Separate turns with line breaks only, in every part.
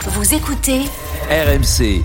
Vous écoutez
RMC.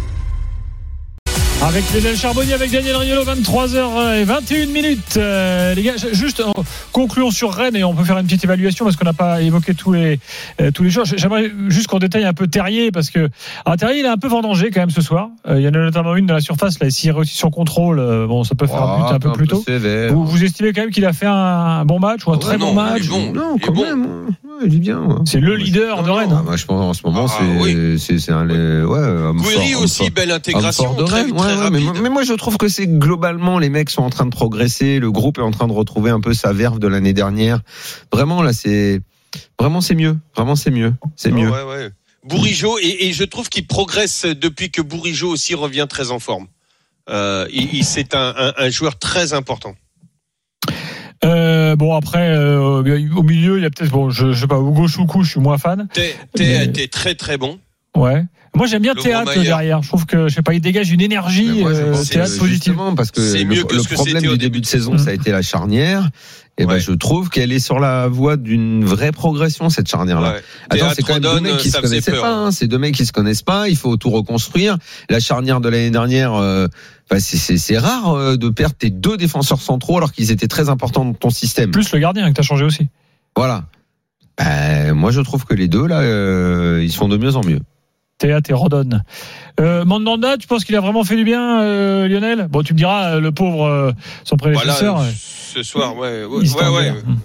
Avec Lionel Charbonnier, avec Daniel Riolo, 23h21 minutes. Euh, les gars, je- juste euh, concluons sur Rennes et on peut faire une petite évaluation parce qu'on n'a pas évoqué tous les euh, tous les joueurs. J'aimerais juste qu'on détaille un peu Terrier parce que alors, Terrier il est un peu vendangé quand même ce soir. Euh, il y en a notamment une dans la surface là. Et S'il réussit son contrôle, euh, bon, ça peut faire un
Ah,
but un peu plus tôt.
sévère.
Vous, vous estimez quand même qu'il a fait un, un bon match ou un
Ah
très
ouais,
bon
non, il
match
est bon.
Non,
il est
quand
bon.
même. hein. ouais, il est bien. ouais.
C'est le
Ouais,
leader
Non,
de
non,
Rennes.
Ah, moi, je pense en ce moment,
Ah,
c'est
oui.
c'est- c'est un. euh, Ouais, homme
Gouiri
fort, homme
aussi,
fort.
belle intégration,
Homme fort de
très,
Rennes.
très
Ouais, ouais, mais,
rapide.
moi- mais moi, je trouve que c'est globalement, les mecs sont en train de progresser. Le groupe est en train de retrouver un peu sa verve de l'année dernière. Vraiment, là, c'est. Vraiment, c'est mieux. Vraiment, c'est mieux. C'est mieux.
Ah ouais, ouais. Bourigeaud, et, et je trouve qu'il progresse depuis que Bourigeaud aussi revient très en forme. Euh, il, il- c'est un, un- un joueur très important.
Euh, bon après euh, au milieu il y a peut-être bon je, je sais pas Hugo Choukou, je suis moins fan.
Thé Thé a
Mais-
été très très bon.
Ouais. Moi j'aime bien
Le
Théâtre
Romaillard.
derrière. Je trouve que je sais pas, il dégage une énergie
Mais moi, je
euh,
pense que,
Théâtre positive.
justement, parce que
C'est
le,
mieux que
le
ce que
problème
c'était au
du
début
début de saison,
Mm.
ça a été la charnière. Et ben,
Ouais.
je trouve qu'elle est sur la voie d'une vraie progression cette charnière là.
Ouais.
Attends,
Théâtre
c'est quand même deux
Rodon,
mecs qui se
ça faisait
connaissaient
peur.
pas. hein. C'est deux mecs qui se connaissent pas. Il faut tout reconstruire. La charnière de l'année dernière, euh, bah, c'est- c'est c'est rare euh, de perdre tes deux défenseurs centraux alors qu'ils étaient très importants dans ton système.
Plus le gardien que t'as changé aussi.
Voilà. Ben, moi, je trouve que les deux là, euh, ils sont de mieux en mieux.
Théâtre et Rodon. Euh, Mandanda, tu penses qu'il a vraiment fait du bien, euh, Lionel Bon, tu me diras, euh, le pauvre, euh, son
Voilà,
prédécesseur. euh,
ce soir, ouais, ouais,
il se
ouais,
tendait,
hein.
ouais.
là. Mm.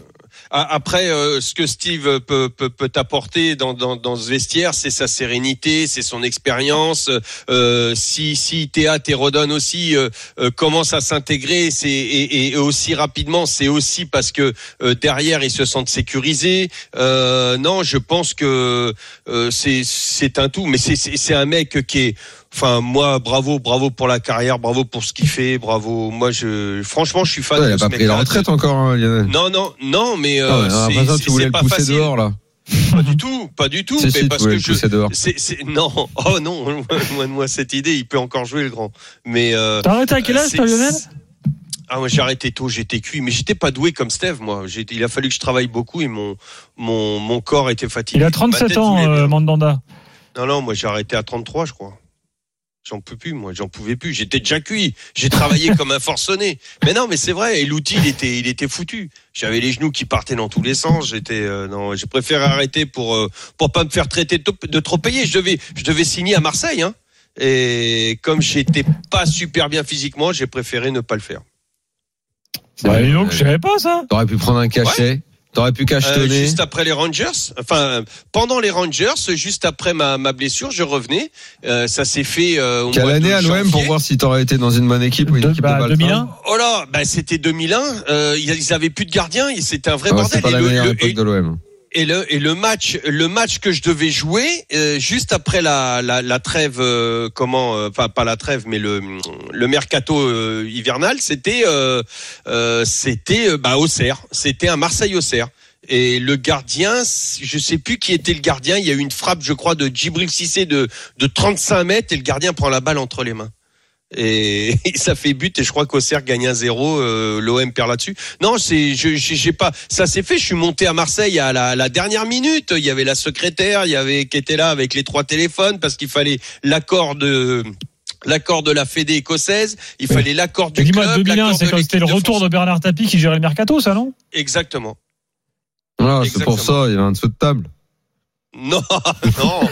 A- Après, euh, ce que Steve peut, peut, peut apporter dans, dans, dans ce vestiaire, c'est sa sérénité, c'est son expérience. Euh, si si Théa Thérodon aussi euh, euh, commence à s'intégrer, c'est et, et aussi rapidement, c'est aussi parce que euh, derrière ils se sentent sécurisés. Euh, non, je pense que euh, c'est c'est un tout, mais c'est c'est c'est un mec qui est. Enfin, moi, bravo, bravo pour la carrière, bravo pour ce qu'il fait, bravo. Moi, je, franchement, je suis fan
Ouais, il
de
a
ce
pas pris la
mec-là.
retraite encore, hein, Lionel.
Non, non, non, mais euh,
Ah, ouais,
c'est-
après ça,
c'est
tu voulais
c'est
le
pas
pousser
facile.
dehors là.
Pas du tout, pas du tout.
Si,
mais
si, tu
parce
voulais
que
le
je,
pousser dehors.
c'est, c'est- non, oh non, loin, loin de moi cette idée. Il peut encore jouer le grand. Mais euh,
T'as arrêté à quel âge,
c'est-
toi, Lionel
ah moi j'ai arrêté tôt, j'étais cuit, mais j'étais pas doué comme Steve moi. J'ai- il a fallu que je travaille beaucoup et mon mon mon corps était fatigué.
Il a
Ma
37
tête
ans,
voulait
euh,
bien.
Mandanda.
Non non, moi j'ai arrêté à 33 je crois. J'en peux plus, moi, j'en pouvais plus. J'étais déjà cuit. J'ai travaillé comme un forcené. Mais non, mais c'est vrai. Et l'outil, il était, il était foutu. J'avais les genoux qui partaient dans tous les sens. J'étais, euh, non, j'ai préféré arrêter pour euh, pour pas me faire traiter de, de trop payé. Je devais, je devais signer à Marseille, hein. Et comme j'étais pas super bien physiquement, j'ai préféré ne pas le faire.
Bah,
C'est-
dis donc, je savais pas ça.
T'aurais pu prendre un cachet. T'aurais pu
Euh,
cachetonner.
juste après les Rangers, enfin pendant les Rangers, juste après ma, ma blessure, je revenais. Euh, ça s'est fait. Euh, au
Quelle
mois de
année à l'OM pour
janvier.
voir si t'aurais été dans une bonne équipe ou une
De-
équipe
bah,
de Balthazar
2001.
Oh là, bah c'était 2001. Euh, ils ils avaient plus de gardien. et C'était un vrai
Ah ouais,
bordel.
C'est pas
Et
la
le-
meilleure
le-
époque
et-
de l'OM.
et le et le match le match que je devais jouer euh, juste après la la, la trêve euh, comment euh, enfin pas la trêve mais le le mercato euh, hivernal c'était euh, euh, c'était euh, bah Auxerre c'était un Marseille Auxerre et le gardien je sais plus qui était le gardien il y a eu une frappe je crois de Djibril Cissé de de 35 mètres et le gardien prend la balle entre les mains et, et ça fait but et je crois qu'Auxerre gagne un 0 euh, l'OM perd là-dessus non, c'est, je, je- j'ai pas, ça s'est fait. Je suis monté à Marseille à la, à la dernière minute. Il y avait la secrétaire, il y avait qui était là avec les trois téléphones parce qu'il fallait l'accord de l'accord de la Fédé écossaise. Il
Oui.
fallait l'accord du
Et Dis-moi,
club.
2001,
l'accord
c'est
de
quand c'était le
l'équipe de
retour de
France.
Bernard Tapie qui gérait le mercato, ça, non
Exactement.
Voilà, c'est
Exactement.
pour ça, il y avait un dessous de table.
Non, non,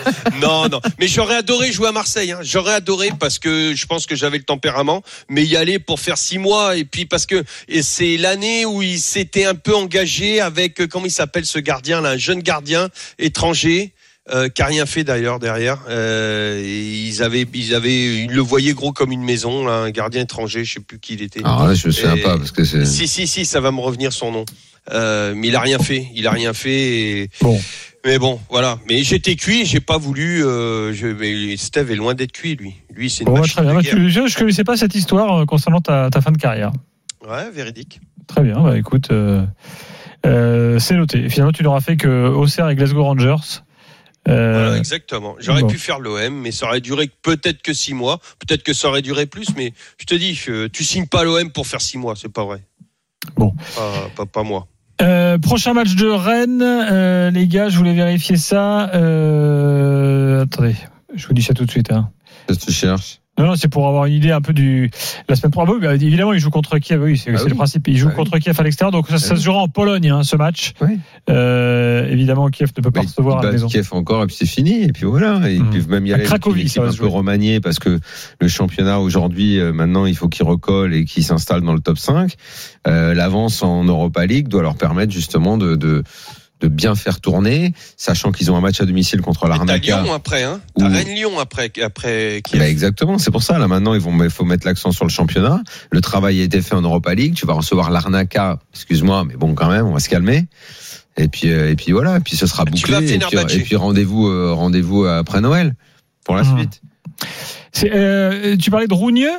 non, non. Mais j'aurais adoré jouer à Marseille. Hein. J'aurais adoré parce que je pense que j'avais le tempérament. Mais y aller pour faire six mois et puis parce que et c'est l'année où il s'était un peu engagé avec euh, comment il s'appelle ce gardien là, un jeune gardien étranger. Euh, qui a rien fait d'ailleurs derrière. Euh, et ils avaient, ils avaient, ils le voyaient gros comme une maison, là, un gardien étranger, je sais plus qui il était.
Alors là, je me souviens
Et-
pas parce que c'est.
Si, si, si, ça va me revenir son nom. Euh, mais il a rien fait, il a rien fait. et-
Bon.
Mais bon, voilà. Mais j'étais cuit, j'ai pas voulu. Euh, je... mais Steve est loin d'être cuit, lui. Lui, c'est une
Bon, bah,
machine
très bien.
de
Bah,
guerre.
tu- je ne connaissais pas cette histoire euh, concernant ta, ta fin de carrière.
Ouais, véridique.
Très bien, bah écoute, euh, euh, c'est noté. Finalement, tu n'auras fait que Auxerre et Glasgow Rangers.
Voilà,
Euh,
exactement. J'aurais
bon.
pu faire l'OM, mais ça aurait duré peut-être que six mois. Peut-être que ça aurait duré plus, mais je te dis, euh, tu signes pas l'OM pour faire six mois, c'est pas vrai.
Bon.
Pas, pas, pas moi.
Euh, prochain match de Rennes, euh, les gars, je voulais vérifier ça. Euh, attendez, je vous dis ça tout de suite. Hein.
Qu'est-ce que tu cherches
Non, non, c'est pour avoir une idée un peu du la semaine pro. Ah, bah oui, bah, évidemment, ils jouent contre Kiev. Oui, c'est
Ah
c'est
oui.
le principe. Ils jouent
Ah oui.
contre Kiev à l'extérieur, donc ça, ça se jouera en Pologne hein, ce match.
Oui.
Euh, évidemment, Kiev ne peut pas
Bah,
recevoir à
ils
la
battent
maison.
Kiev encore et puis c'est fini et puis voilà et ils
Hmm.
peuvent même y
À
aller avec
Cracovie,
une
ça
équipe
va
un
se
peu
jouer.
remaniée parce que le championnat aujourd'hui euh, maintenant il faut qu'ils recollent et qu'ils s'installent dans le top 5 Euh, l'avance en Europa League doit leur permettre justement de, de de bien faire tourner sachant qu'ils ont un match à domicile contre
Mais T'as
l'Arnaca
Lyon après, hein. T'as
Ou-
Rennes-Lyon après, après
Bah,
Kiev.
exactement, c'est pour ça. Là maintenant, il faut mettre l'accent sur le championnat. Le travail a été fait en Europa League. Tu vas recevoir l'Arnaca. Excuse-moi, mais bon, quand même, on va se calmer. Et puis, euh, et puis voilà. Et puis ce sera
Ah, Tu
bouclé.
vas
Et puis,
Fenerbahçe.
et puis rendez-vous, euh, rendez-vous après Noël pour la
Hmm.
suite.
C'est, euh, tu parlais de Rougneux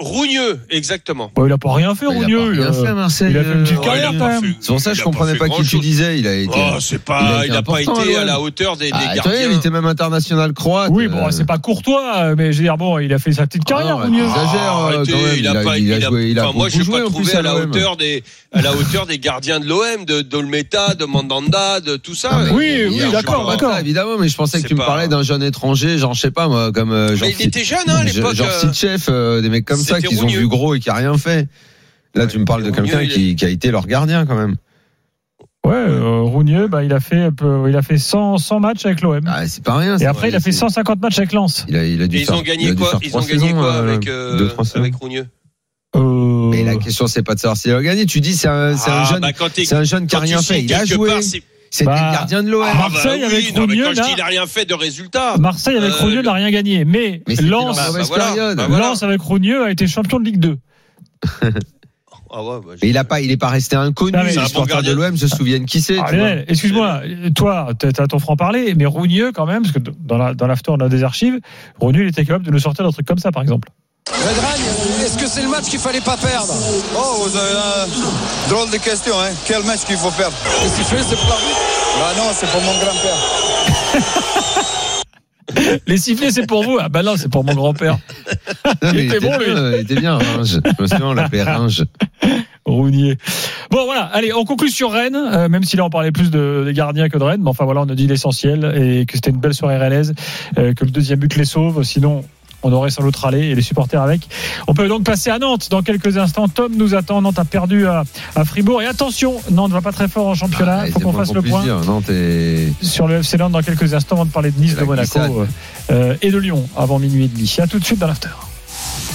Rougneux, exactement.
Bon, Il a pas rien fait,
Bah, il a
Rougneux.
pas rien
euh,
fait à Marseille.
il a fait une petite
euh,
carrière,
il a
quand
pas
même.
fait-
C'est pour ça que je
il a
comprenais
pas
pas
fait
qui tu
grand-chose.
disais. Il a été.
Oh, c'est
il a
pas,
été
il a pas
important,
été à
ouais.
la hauteur des, des
Ah, attends, il
gardiens.
était même international croate.
Oui, bon,
Euh,
c'est pas courtois, mais je veux dire, bon, il a fait sa petite
ah non,
carrière,
ouais,
Rougneux.
il exagère, euh,
Oh, Arrêtez,
quand même.
il a pas-
il a
il a-
joué- il a
enfin, moi,
beaucoup
je l'ai
joué,
pas
en
trouvé
plus,
à la
l'OM.
hauteur des, à la hauteur des gardiens de l'OM, de Dolmeta, de Mandanda, de tout ça.
Non, Ah, mais
Oui,
hier,
oui,
je
d'accord,
Hier, je vois.
parlais de
d'accord.
ça, Évidemment, mais je pensais que
C'est
tu me
pas-
parlais d'un jeune étranger, genre, je sais pas, moi, comme. euh, genre
Mais il était jeune, hein, à l'époque.
Genre
euh,
Sitchef, euh, des mecs comme ça
c'était
qui ont
Rougneux.
vu gros et qui a rien fait. Là, tu me parles de
Rougneux,
quelqu'un
il est-
qui, qui a été leur gardien quand même.
Ouais, euh, Rougneux, bah, il a fait, un peu- il a fait 100, 100 matchs avec l'OM.
Ah, c'est pas rien.
Et
ça.
après, il a fait 150 matchs avec Lens.
Il a, il a dû
Et ils
faire-
ont
il a
gagné
dû
quoi
faire
Ils ont
trois
gagné
saisons,
quoi
euh,
avec euh,
deux, trois saisons.
avec Rougneux
Euh,
Mais la question, c'est pas de savoir s'il a gagné. Tu dis, c'est un, c'est un
Ah,
jeune,
bah, quand t'es-
c'est un jeune qui a
quand tu
rien
sais
fait. Il a
quelque
joué.
part, c'est-
C'était
Bah,
le gardien de l'OM.
Ah, bah
Marseille avec
oui, non, mais
Rougneux,
quand je dis
là-
il a rien fait de résultat.
Bah,
Marseille avec
Euh,
Rougneux n'a rien gagné. Mais,
mais c'était
Lens,
dans la
Bah,
mauvaise Ah,
voilà.
période.
Bah, voilà.
Lens avec Rougneux a été champion de Ligue 2.
Ah ouais, bah,
Mais il a pas, il est pas resté inconnu.
Non, mais-
Les
C'est un
bon
supporters de
gardien.
l'OM se souviennent qui c'est. tu
Ah,
vois.
Lionel, excuse-moi, toi, t'as t'as ton franc-parler, mais Rougneux, quand même, parce que dans la- dans l'after, on a des archives, Rougneux, il était capable de nous sortir d'un truc comme ça, par exemple.
Redragne, est-ce que c'est le match qu'il fallait pas perdre Oh, vous avez une drôle de question, hein. Quel match qu'il faut perdre Qu'est-ce qu'il fait, c'est pour l'arbitre Bah non, c'est pour mon grand-père.
Les sifflets, c'est pour vous. Ah, bah non, c'est pour mon grand-père.
Non, mais
Il était bon, lui.
bien, Il était bien, Ringe. Je me souviens, on l'appelait Ringe.
Rounier. Bon voilà, allez, on conclut sur Rennes, euh, même si là on parlait plus de, des gardiens que de Rennes, mais enfin voilà, on a dit l'essentiel et que c'était une belle soirée rennaise, euh, que le deuxième but les sauve, sinon on aurait sans doute râlé et les supporters avec. On peut donc passer à Nantes dans quelques instants. Tom nous attend, Nantes a perdu à, à Fribourg et attention, Nantes va pas très fort en championnat,
Ah,
faut
c'est
qu'on
moins
fasse le
puisse
point
dire. Nantes est-
sur le FC Nantes dans quelques instants avant de parler de Nice, de
La
Monaco
glissade.
euh, euh, et de Lyon avant minuit et demi. À tout de suite dans l'after.